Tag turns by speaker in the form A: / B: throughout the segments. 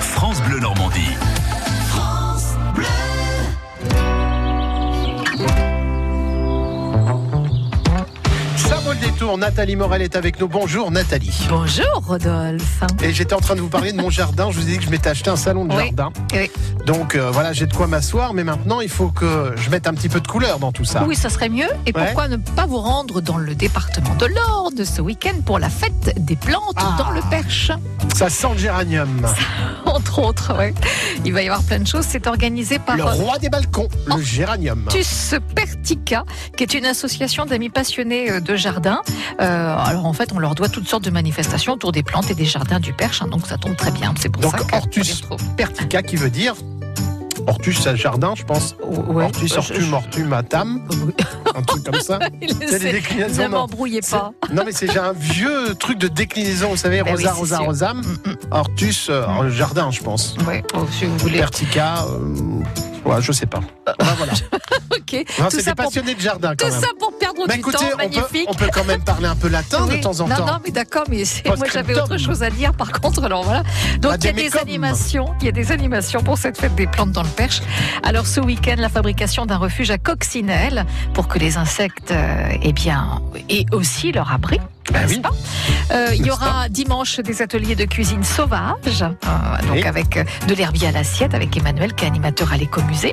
A: France Bleu Normandie. France Bleu.
B: Ça vaut le détour. Nathalie Morel est avec nous. Bonjour Nathalie.
C: Bonjour Rodolphe.
B: Et j'étais en train de vous parler de mon jardin. Je vous ai dit que je m'étais acheté un salon de
C: Oui.
B: jardin.
C: Eh Oui.
B: Donc euh, voilà, j'ai de quoi m'asseoir. Mais maintenant, il faut que je mette un petit peu de couleur dans tout ça.
C: Oui, ça serait mieux. Et
B: Ouais.
C: pourquoi ne pas vous rendre dans le département de l'Ordre ce week-end pour la fête des plantes
B: Ah.
C: dans le Perche
B: Ça sent le géranium.
C: Entre autres, ouais. il va y avoir plein de choses. C'est organisé par
B: Le
C: euh,
B: roi des balcons, le géranium.
C: Cactus Pertica, qui est une association d'amis passionnés euh, de jardin. Euh, alors en fait, on leur doit toutes sortes de manifestations autour des plantes et des jardins du Perche, hein, donc ça tombe très bien. C'est pour
B: Donc,
C: ça que
B: Hortus.
C: on les retrouve.
B: Pertica qui veut dire Hortus, ça jardin, je pense.
C: O- ouais.
B: Hortus,
C: Euh,
B: hortum,
C: je-
B: hortum, atam, un truc comme ça. C'est des déclinaisons,
C: Ne
B: non.
C: m'embrouillez
B: C'est-
C: pas.
B: Non, mais c'est j'ai un vieux truc de déclinaison, vous savez,
C: Ben oui,
B: rosa,
C: c'est
B: rosa,
C: sûr.
B: rosam,
C: Mm, mm.
B: hortus, euh,
C: Mm.
B: jardin, je pense.
C: Ouais, oh, si vous voulez.
B: Vertica, euh, ouais, je sais pas. Ouais, voilà.
C: Ok.
B: Non,
C: Ah, Tout
B: c'est
C: ça
B: des
C: pour
B: passionnés de jardin quand
C: Tout
B: même.
C: ça pour perdre
B: Mais
C: du
B: écoutez,
C: temps,
B: on peut,
C: magnifique.
B: on peut quand même parler un peu latin
C: Oui.
B: de temps en
C: non,
B: temps.
C: non, mais d'accord, mais c'est-
B: Post
C: moi j'avais
B: scriptum.
C: autre chose à dire par contre. Alors voilà. Donc
B: Ah,
C: il y
B: des
C: a des
B: mécoms.
C: animations, il y a des animations pour cette fête des plantes dans le Perche. Alors ce week-end, la fabrication d'un refuge à coccinelle pour que les insectes, euh, eh bien, et aussi leur abri.
B: Bah
C: n'est-ce
B: oui.
C: pas Euh, il y
B: N'est-ce
C: aura dimanche des ateliers de cuisine sauvage, euh, donc
B: Oui.
C: avec euh, de l'herbier à l'assiette, avec Emmanuel qui est animateur à l'écomusée.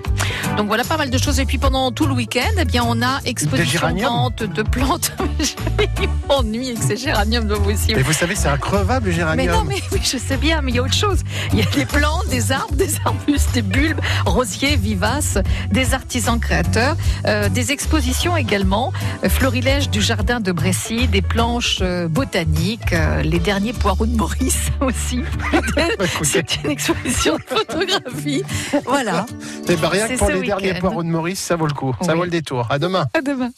C: Donc voilà pas mal de choses. Et puis pendant tout le week-end, eh bien on a exposition
B: géraniums.
C: vente de plantes. Il m'ennuie avec ces géraniums de vous aussi.
B: Et vous savez, c'est increvable le
C: Mais
B: géranium.
C: non, mais oui, je sais bien, mais il y a autre chose. Il y a des plantes, des arbres, des arbustes, des bulbes, rosiers, vivaces, des artisans créateurs, euh, des expositions également, euh, florilège du jardin de Brécy, des planches euh, botaniques, euh, les derniers poireaux de Maurice aussi.
B: Bah, écoutez,
C: C'est une exposition de photographie. Voilà,
B: eh ben, rien
C: c'est
B: que pour
C: ce
B: les derniers
C: week-end.
B: poireaux de Maurice, ça vaut le coup. Ça
C: Oui.
B: vaut le détour. À demain.
C: à demain.